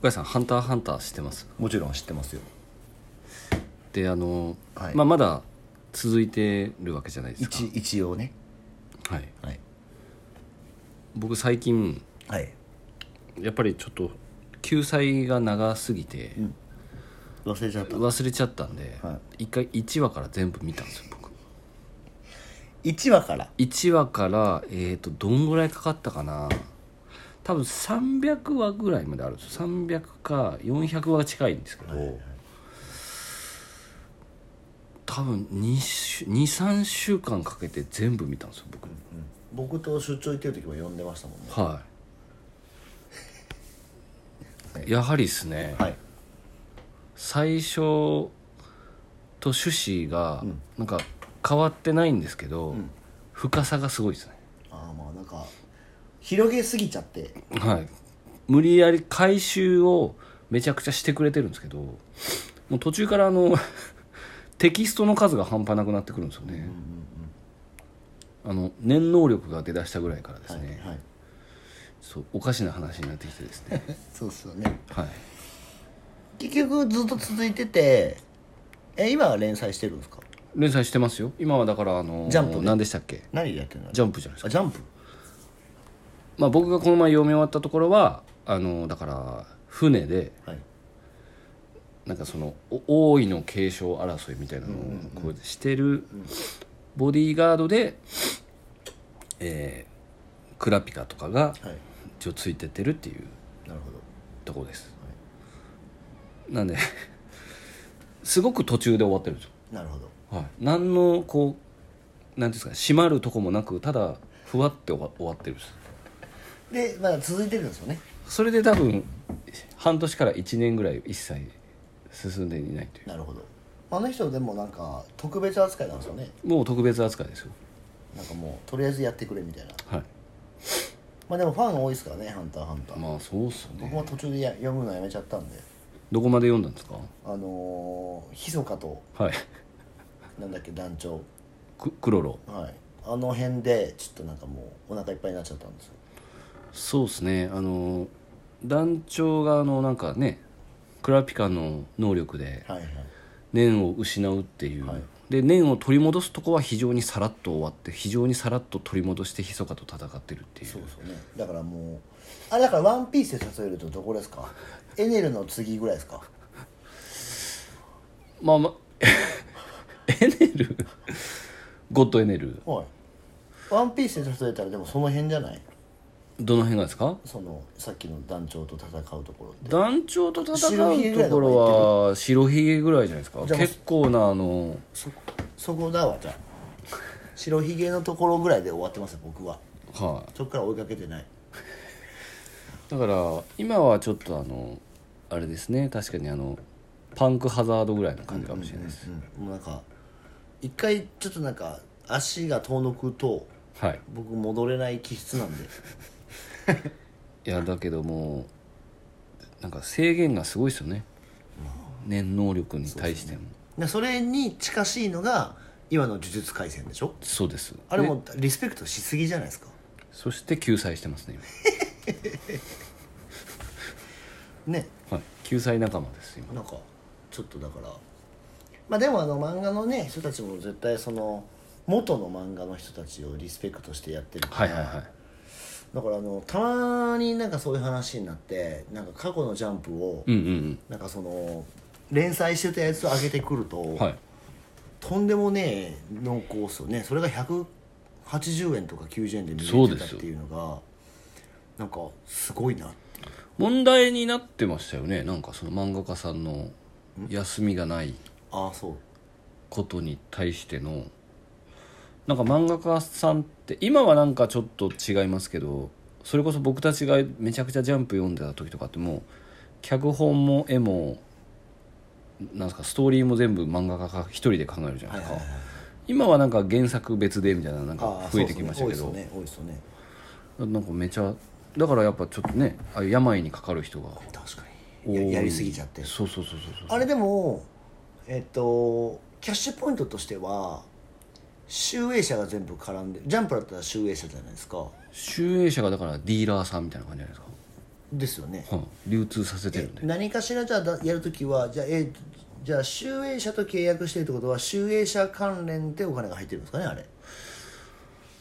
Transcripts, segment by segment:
深井さん「ハンターハンター」知ってますもちろん知ってますよであの、はいまあ、まだ続いてるわけじゃないですか一、一応ねはい、はい僕最近はいやっぱりちょっと救済が長すぎて忘れちゃっ忘れちゃったんで、は一回1話から全部見たんですよ僕1話から1話からえっ、とどんぐらいかかったかな多分300話ぐらいまであるんですよ300か400話近いんですけど、多分23週間かけて全部見たんですよ僕僕と出張行ってる時も呼んでましたもんねはい、やはりですね、はい最初と趣旨がんなんか変わってないんですけど、ん深さがすごいですねああまあなんか広げすぎちゃってはい無理やり回収をめちゃくちゃしてくれてるんですけどもう途中からあの テキストの数が半端なくなってくるんですよね、あの念能力が出だしたぐらいからですね、はい、はい、そうおかしな話になってきてです ねそうっすよねはい結局ずっと続いててえ今は連載してるんですか連載してますよ今はだからあのジャンプで何でしたっけ何でやってるのジャンャンプじゃないですか、あジャンプまあ、僕がこの前読み終わったところはあのだから船ではいなんかそのお王位の継承争いみたいなのをこうしてるボディーガードで、えークラピカとかがはい一応ついてってるっていうなるほどところです、なんですごく途中で終わってるんですよなるほどはい、何のこう何ですか締まるとこもなくただふわって終わ終わってるんですでまだ続いてるんですよねそれで多分半年から1年ぐらい一切進んでいないといなるほどあの人でもなんか特別扱いなんですよねうもう特別扱いですよなんかもうとりあえずやってくれみたいなはいまあでもファン多いですからね「ハンターハンター」まあそうっすよね僕も途中でや読むのやめちゃったんでどこまで読んだんですかあのー、ひそかとはいなんだっけ団長くクロロはいあの辺でちょっとなんかもうお腹いっぱいになっちゃったんですよそうですねあの団長があのなんかねクラピカの能力ではいはい念を失うっていう、はいで念を取り戻すとこは非常にさらっと終わって非常にさらっと取り戻して密かと戦ってるっていうそうですよねだからもうあれだから「ワンピースで例えるとどこですかエネルの次ぐらいですかまあ まあエネルゴッドエネルはい「ワンピースで例えたらでもその辺じゃないどの辺がですかそのさっきの団長と戦うところって団長と戦白ひげうぐらといのころは白ひげぐらいじゃないですかじゃあ結構なあのそそこだわじゃあ白ひげのところぐらいで終わってますよ僕ははそこから追いかけてないいだから今はちょっとあのあれですね確かにあのパンクハザードぐらいの感じかもしれないです、もうなんか一回ちょっとなんか足が遠のくとはい僕戻れない気質 なんでいやだけどもなんか制限がすごいですよね念能力に対してもでそれに近しいのが今の呪術廻戦でしょそうですあれでもリスペクトしすぎじゃないですかそして救済してますねね今、はい、救済仲間です今なんかちょっとだからまあでもあの漫画のね人たちも絶対その元の漫画の人たちをリスペクトしてやってるかはいら、はいはいだからあのたまになんかそういう話になってなんか過去のジャンプを、うんうんなんかその連載してたやつを上げてくると、うんはいとんでもねえ濃厚っすよねそれが180円とか90円で見そうれですてたよっていうのがなんかすごいな問題になってましたよねなんかその漫画家さんの休みがないああそうことに対してのなんか漫画家さんって今はなんかちょっと違いますけどそれこそ僕たちがめちゃくちゃ「ジャンプ」読んでた時とかってもう脚本も絵もなんですかストーリーも全部漫画家が一人で考えるじゃないですか、今はなんか原作別でみたいななんあかあ増えてきましたけそど、うっすね多いっすよねなんかめちゃだからやっぱちょっとねああいう病にかかる人が多いっすね確かにややりすぎちゃってそうそうそうそうそうあれでもえっとキャッシュポイントとしては集英社が全部絡んでジャンプだったら集英社じゃないですか集英社がだからディーラーさんみたいな感じじゃないですかですよねはい流通させてるんで何かしらじゃあだやるときはじゃあえーじゃあ集英社と契約してるってことは集英社関連でお金が入ってるんですかねあれ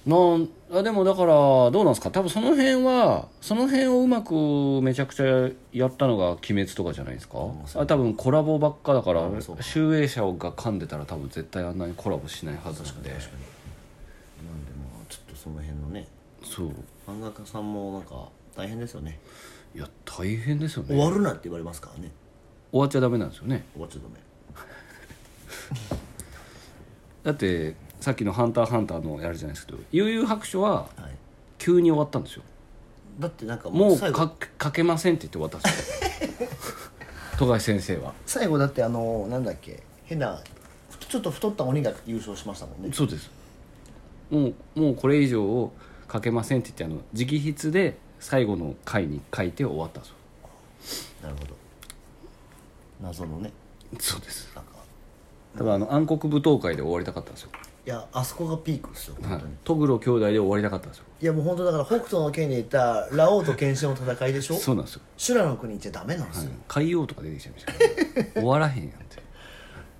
なんあでもだからどうなんですか多分その辺はその辺をうまくめちゃくちゃやったのが「鬼滅」とかじゃないですかあ多分コラボばっかだからあそうか集英社が噛んでたら多分絶対あんなにコラボしないはずなんでなんでまあちょっとその辺のねそう漫画家さんもなんか大変ですよねいや大変ですよね終わるなって言われますからね終わっちゃダメなんですよね終わっちゃダメだってさっきの「ハンターハンター」のやるじゃないですけど悠々白書ははい、急に終わったんですよだってなんかももうう最後か書けませんって言って終わったんで すよ富樫先生は最後だってあのなんだっけ変なちょっと太った鬼が優勝しましたもんねそうですもうもうこれ以上を書けませんって言ってあの直筆で最後の回に書いて終わったんですよなるほど謎のねそうですなんかだからあの暗黒舞踏会で終わりたかったんですよ、いやあそこがピークですよは本い当に、、トグロ兄弟で終わりたかったんですよい、やもう本当だから北斗の剣にいたラオウと剣士の戦いでしょそうなんですよ修羅の国行っちゃダメなんですよ、海洋とか出てきちゃいましたから終わらへんやんって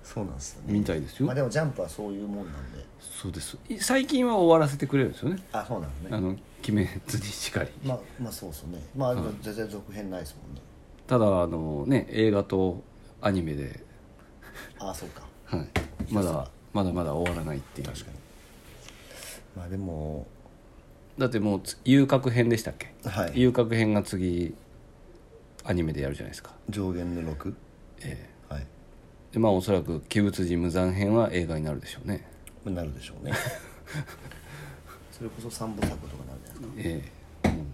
そうなんですよねみたいですよ、まあでもジャンプはそういうもんなんでそうですい最近は終わらせてくれるんですよねあそうなのあねの鬼滅にしかりまあまあそうですよねまあでも全然続編ないですもんね、ただあのね映画とアニメで、ああそうかはい、まだまだまだ終わらないっていう確かにまあでもだってもうつ遊郭編でしたっけはい遊郭編が次アニメでやるじゃないですか、上限の6えはいえでまあおそらく「鬼仏寺無惨編」は映画になるでしょうねなるでしょうね それこそ三部作とかなるじゃないでええうん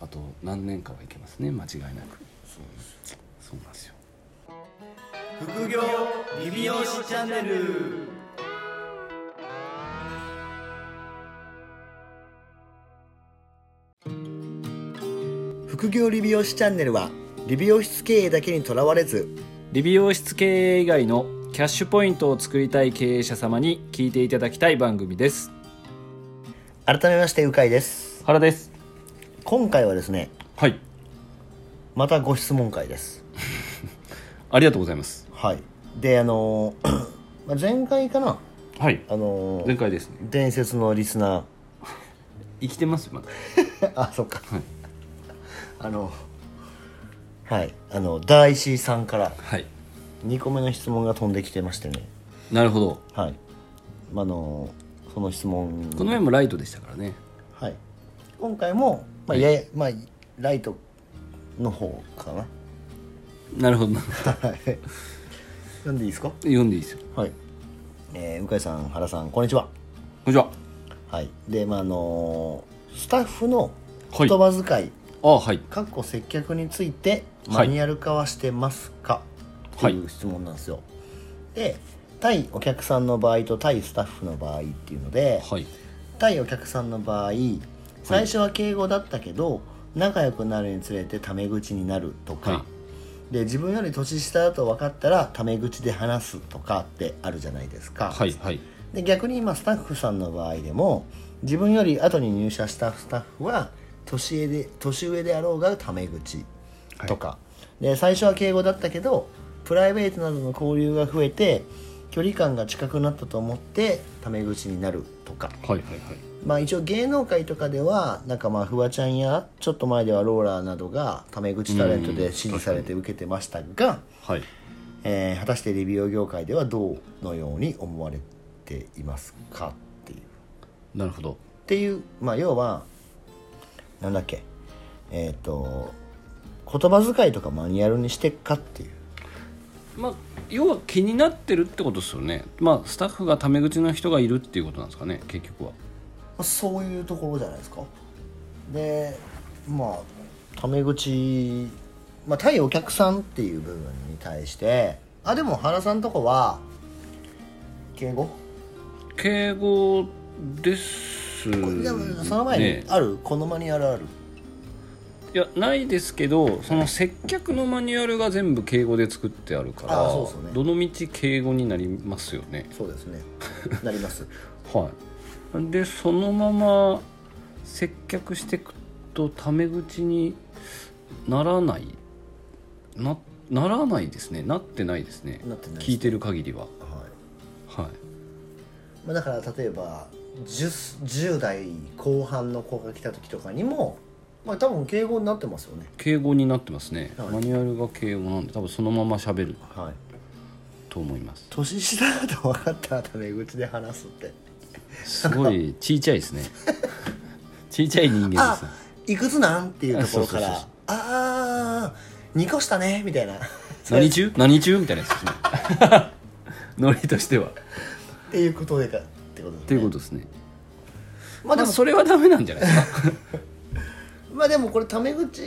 あと何年かはいけますね間違いなくすかそうなんですよ副業リビオシチャンネル副業理美容師チャンネルは理美容室経営だけにとらわれず理美容室経営以外のキャッシュポイントを作りたい経営者様に聞いていただきたい番組です改めましてうかいです原です今回はですねはいまたご質問会ですありがとうございますはいであのー まあ前回かなはいあのー前回ですね伝説のリスナー生きてますまだ あそっか、はいあのはいあの大師さんからはい2個目の質問が飛んできてましてねなるほどはいあのその質問この前もライトでしたからねはい今回も、まあややまあ、ライトの方か ななるほどなはい読んでいいですか読んでいいですよはいえー、向井さん原さんこんにちはこんにちははいでまああのスタッフのは言い葉遣い、あはいかっこ接客についてマはいニュアル化はしてますか、はっいていう質問なんですよで対お客さんの場合と対スタッフの場合っていうのではい対お客さんの場合最初は敬語だったけど、仲良くなるにつれてタメ口になるとか、はで自分より年下だと分かったらタメ口で話すとかってあるじゃないですか、はいはいで逆に今スタッフさんの場合でも自分より後に入社したスタッフは年上で年上であろうがタメ口とか、で最初は敬語だったけどプライベートなどの交流が増えて距離感が近くなったと思ってタメ口になるとかはいはいはいまあ一応芸能界とかではなんかまあフワちゃんやちょっと前ではローラーなどがタメ口タレントで支持されて受けてましたが、はいえー果たしてレビュー業界ではどうのように思われていますかっていうなるほどっていうまあ要はなんだっけえっ、と言葉遣いとかマニュアルにしてっかっていうまあ要は気になってるってことですよねまあスタッフがタメ口の人がいるっていうことなんですかね結局はまあそういうところじゃないですかでまあタメ口、まあ、対お客さんっていう部分に対してあでも原さんとこは敬語敬語ですこれでもその前にねある、このマニュアルあるいやないですけどその接客のマニュアルが全部敬語で作ってあるからあそうっすねどの道敬語になりますよねそうですねなりますはいでそのまま接客していくとタメ口にならないなならないですねなってないですねなってないです聞ねいてる限りははいはいまあ、だから例えば 10, 10代後半の子が来た時とかにもまあ多分敬語になってますよね敬語になってますね、はいマニュアルが敬語なんで多分そのまま喋るはいと思い ます年下だと分かったらタメ口で話すってすごいちいちゃいです ねちいちゃい人間あですねいくつなんっていうところからそうあそうそうそうあー2個したねみたいなっ何中何中みたいなやつですね ノリとしてはていうことでかってことですねっていうことですねままあでだもそれはダメなんじゃないですかまあでもこれタメ口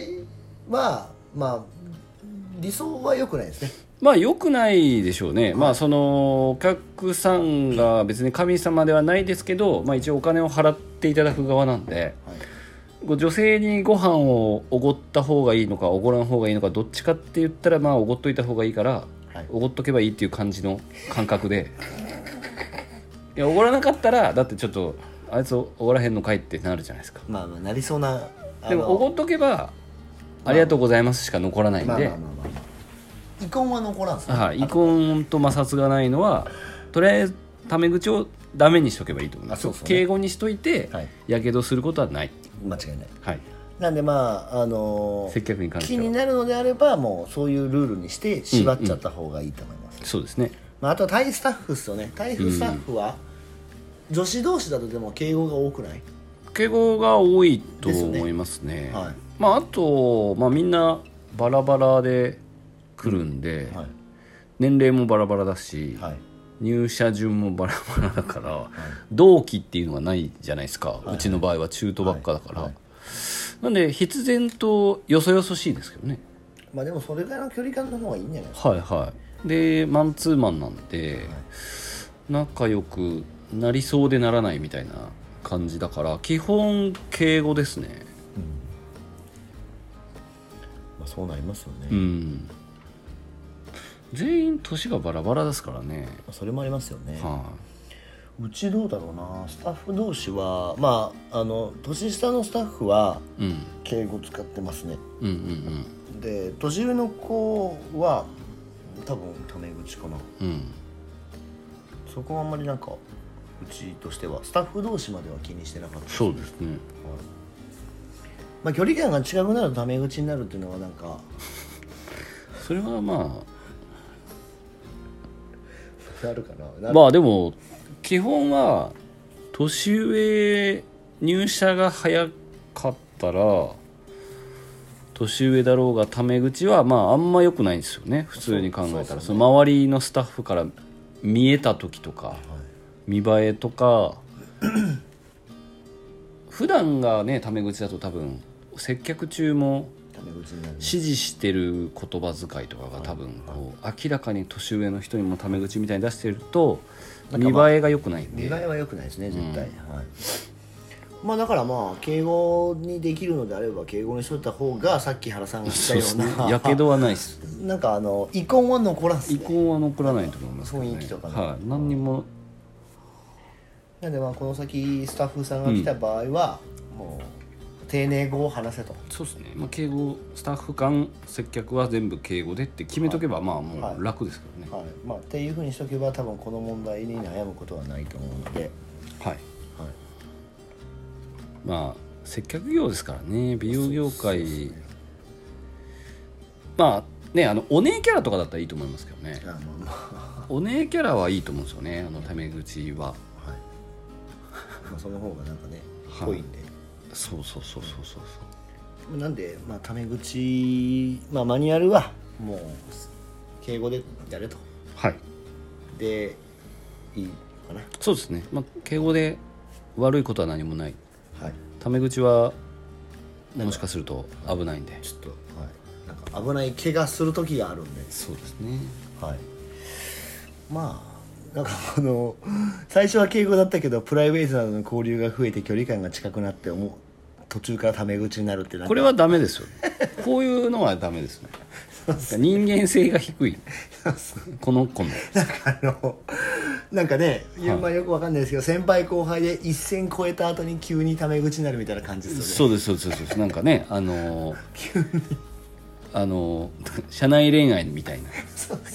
はまあ理想は良くないですねまあ良くないでしょうね、まあそのお客さんが別に神様ではないですけど、まあ、一応お金を払っていただく側なんではいこう女性にご飯をおごった方がいいのかおごらん方がいいのかどっちかって言ったらまあおごっといた方がいいからはいおごっとけばいいっていう感じの 感覚でいやおごらなかったらだってちょっとあいつおごらへんのかいってなるじゃないですかまあまあなりそうなあのでもおごっとけばありがとうございますしか残らないんで、まあまあまあまあ遺恨は残らんっすねはい、遺恨と摩擦がないのはとりあえずタメ口をダメにしとけばいいと思いまあすそうですね敬語にしといてはいやけどすることはない、間違いないはい、なんでまああのー接客に関して気はになるのであればもうそういうルールにして縛っちゃった方がいいと思います、そうですねまあ、あとタイスタッフっすよねタイフスタッフは、女子同士だとでも敬語が多くない、敬語が多いとですよね思いますねはまああと、まあ、みんなバラバラで来るんで、いは年齢もバラバラだし、いはい入社順もバラバラだから、同期っていうのがないじゃないですか、うちの場合は中途ばっかだから、はいはいなんで必然とよそよそしいですけどねまあでもそれぐらいの距離感の方がいいんじゃないですかはいはいでマンツーマンなんで、仲良くなりそうでならないみたいな感じだから基本敬語ですねまあ、そうなりますよね、うん全員年がバラバラですからねそれもありますよねは、うちどうだろうなスタッフ同士はまああの年下のスタッフはいうん、敬語使ってますねうんうんで年上の子は多分タメ口かなうんうんそこはあんまりなんかうちとしてはスタッフ同士までは気にしてなかったそうですねまあ距離感が近くなるとタメ口になるっていうのはなんかそれはまなるかななあるまあでも基本は年上入社が早かったら年上だろうがタメ口はまああんま良くないんですよね普通に考えたらそうそ,、そうの周りのスタッフから見えた時とか見栄えと か普段がねタメ口だと多分接客中もタメ口になる指示してる言葉遣いとかが多分こう明らかに年上の人にもタメ口みたいに出してると見栄えが良くないん見栄で、えは良くないですね絶対、はいまあだからまあ敬語にできるのであれば敬語にしといた方がさっき原さんが言ったそうでよすうねなやけどはないですなんかあの遺恨は残らんっす遺ね恨は残らないと思いますけど、ね、雰囲気とかねはい、何にもなんでまあこの先スタッフさんが来た場合は、もう丁寧語を話せとそうですね、まあ、敬語スタッフ間接客は全部敬語でって決めとけばまあもう楽ですけどねはいまあ、っていうふうにしとけば多分この問題に悩むことはないと思うので、はい、はいまあ接客業ですからね美容業界、まあねあのお姉キャラとかだったらいいと思いますけどねあまあまお姉キャラはいいと思うんですよねあのタメ口はあ、はい、まあその方がなんかねはい濃いんで、そうそうそうそうそうなんでまあタメ口、まあ、マニュアルはもう敬語でやれとはいでいいかなそうですね、まあ、敬語で悪いことは何もないはいタメ口はもしかすると危ないんでちょっと、はい、なんか危ない怪我する時があるんでそうですねはい、まあなんかあの最初は敬語だったけどプライベートなどの交流が増えて距離感が近くなって思う途中からタメ口になるってなんかこれはダメですよねこういうのはダメですね人間性が低いこの子のなんかあのなんかね、はいまあよくわかんないですけど先輩後輩で一線越えた後に急にタメ口になるみたいな感じですよねそうですそうですそうですなんかねあのーあの社内恋愛みたいな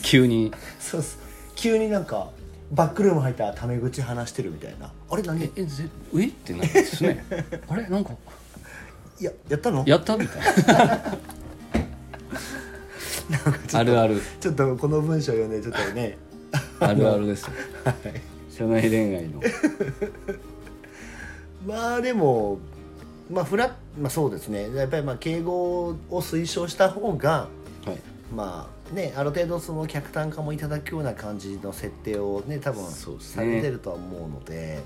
急にそうそう急になんかバックルーム入ったらタメ口話してるみたいなあ「れえ何えぜえっ?」てなるんです ねあれなんかいややったのやったみ たいなんかちょっとなあるあるちょっとこの文章読んでちょっとねあるあるですよはい社内恋愛のまあでもまあフラまあそうですねやっぱりまあ敬語を推奨した方がはいまあねある程度その客単価もいただくような感じの設定をね多分そうですさねれてるとは思うので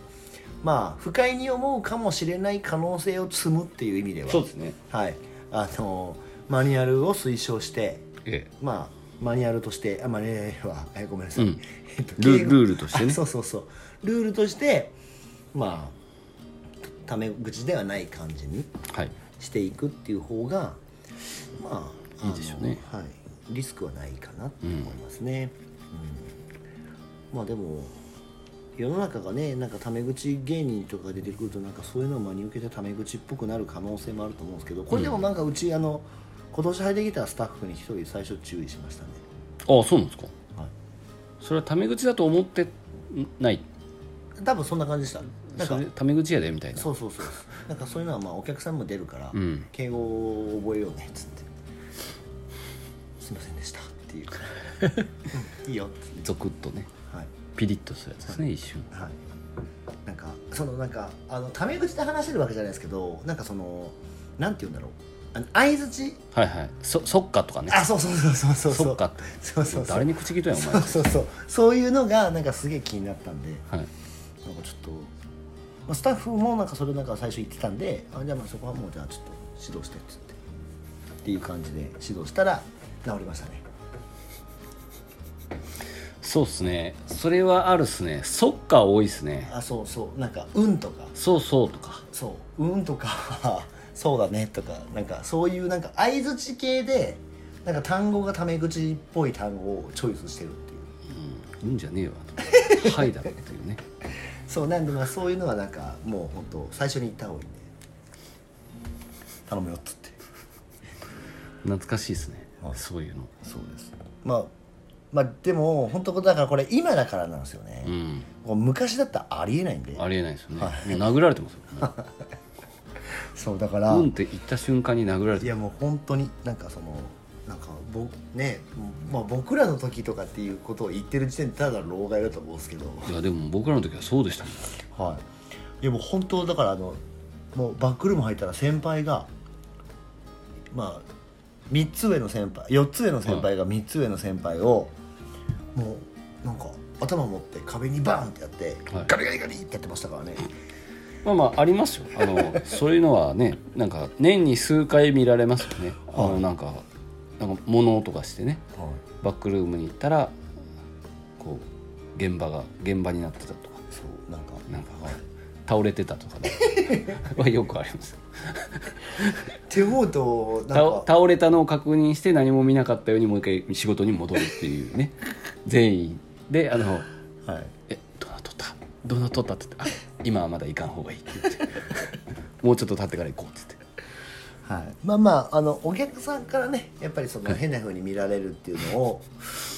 まあ不快に思うかもしれない可能性を積むっていう意味ではそうですねはいあのマニュアルを推奨してえまあマニュアルとしてあマニュアルはえごめんなさい、うんえっとえルー敬語ルールとしてあね そうそうそうルールとしてまあタメ口ではない感じにはいしていくっていう方がまあいいでしょうねあのはい、リスクはないかなって思いますね、うんまあでも世の中がねなんかタメ口芸人とか出てくるとなんかそういうのを真に受けてタメ口っぽくなる可能性もあると思うんですけどこれでもなんかうち、あの今年入ってきたスタッフに一人最初注意しましたね、あそうなんですかはい、それはタメ口だと思ってない多分そんな感じでしたなんそかれタメ口やでみたいなそうそうそうなんかそういうのはまあお客さんも出るから、うん敬語を覚えようねっつって「すいませんでした」ってい う「うんいいよ」っつってゾクッとねはいピリッとするやつですね一瞬はいなんかそのなんかあのタメ口で話してるわけじゃないですけどなんかそのなんて言うんだろうあの相槌はいはいそそっかとかねあそうそうそうそうそうそっかってそうそうそう誰に口聞いとんやおそう前そうそうそういうのがなんかすげえ気になったんではいなんかちょっと、まあ、スタッフもなんかそれなんか最初言ってたんであじゃあまあそこはもうじゃあちょっと指導してっつってっていう感じで指導したら治りましたねそうっすねそれはあるっすねそっか多いっすねあそうそうなんか「うん」とかそうそうとか「そううん」とか 「そうだね」とかなんかそういうなんか相づち系でなんか単語がタメ口っぽい単語をチョイスしてるっていううんうんじゃねえわと はいだろっていうねそうなんでまあそういうのはなんかもう本当最初に言った方がいいんで頼むよっつって懐かしいっすねはいそういうのそうですまあまあでも本当だからこれ今だからなんですよねう、んこう昔だったらありえないんでありえないですよねもう殴られてますよもそうだから、ううんって言った瞬間に殴られいてやもう本当になんかそのなんか僕ね、まあ、僕らの時とかっていうことを言ってる時点でただの老害だと思うんですけどいやでも僕らの時はそうでしたもんはいいやもう本当だからあのもうバックルーム入ったら先輩がまあ3つ上の先輩4つ上の先輩が3つ上の先輩を、もうなんか頭持って壁にバーンってやって、はいガリガリガリってやってましたからねまあまあありますよあのそういうのはねなんか年に数回見られますよねあはのなんかなんか物音がしてねバックルームに行ったらこう現場が現場になってたとかそうなんかなんかはい倒れてたとかねはよくあります手法となん倒か倒れたのを確認して何も見なかったようにもう一回仕事に戻るっていうね全員であのはい「えどうなっとったどうなっとった」って言ってあ「今はまだ行かん方がいい」って言って「もうちょっと経ってから行こう」って言ってはい、まあまああのお客さんからねやっぱりその変な風に見られるっていうのを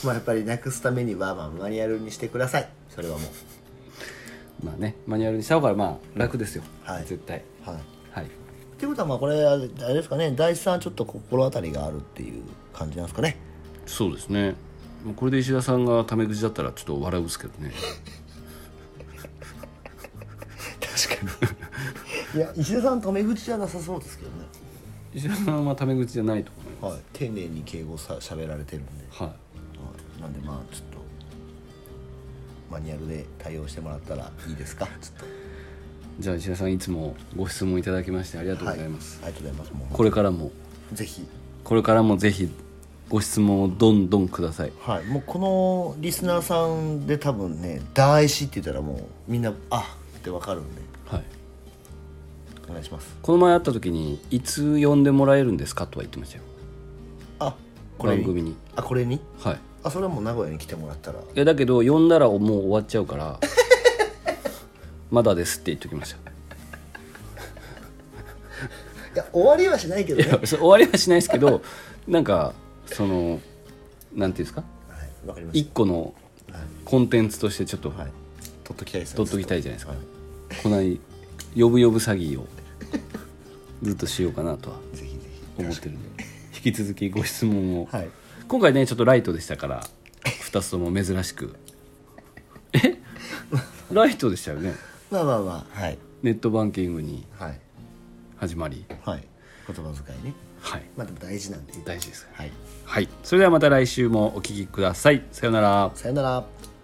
まあやっぱりなくすためには、まあ、マニュアルにしてくださいそれはもうまあねマニュアルにした方がまあ楽ですよ、はい絶対はいはいっていうことはまあこれあれあれですかね大地さんはちょっと心当たりがあるっていう感じなんですかねそうですねもうこれで石田さんがタメ口だったらちょっと笑うっすけどね確かにいや石田さんタメ口じゃなさそうですけどね 石田さんはタメ口じゃないと思いまはい丁寧に敬語さ喋られてるんで、すはいはい、なんでまあちょっとマニュアルで対応してもらったらいいですかちょっとじゃあ石田さんいつもご質問いただきましてありがとうございます、はい、ありがとうございますもこれからもうぜひこれからもぜひご質問をどんどんくださいはいもうこのリスナーさんで多分ね「大師」って言ったらもうみんな「あってわかるんではいお願いしますこの前会った時にいつ呼んでもらえるんですかとは言ってましたよあこれ番組にあこれにはいあそれはもう名古屋に来てもらったらいやだけど呼んだらもう終わっちゃうから まだですって言っときましたいや終わりはしないけどねいやそう終わりはしないですけど なんかそのなんていうんですかはいわかりまし一個のたはいコンテンツとしてちょっとはい取っときたいですね取っときたいじゃないですかはこない呼ぶ呼ぶ詐欺をずっとしようかなとはぜひぜひ思ってるんで引き続きご質問を、はい今回ねちょっとライトでしたから2つとも珍しく えライトでしたよねまあまあまあはいネットバンキングにはい始まりはい言葉遣いねはいまあでも大事なんで大事ですはいはいそれではまた来週もお聞きくださいさようならさよなら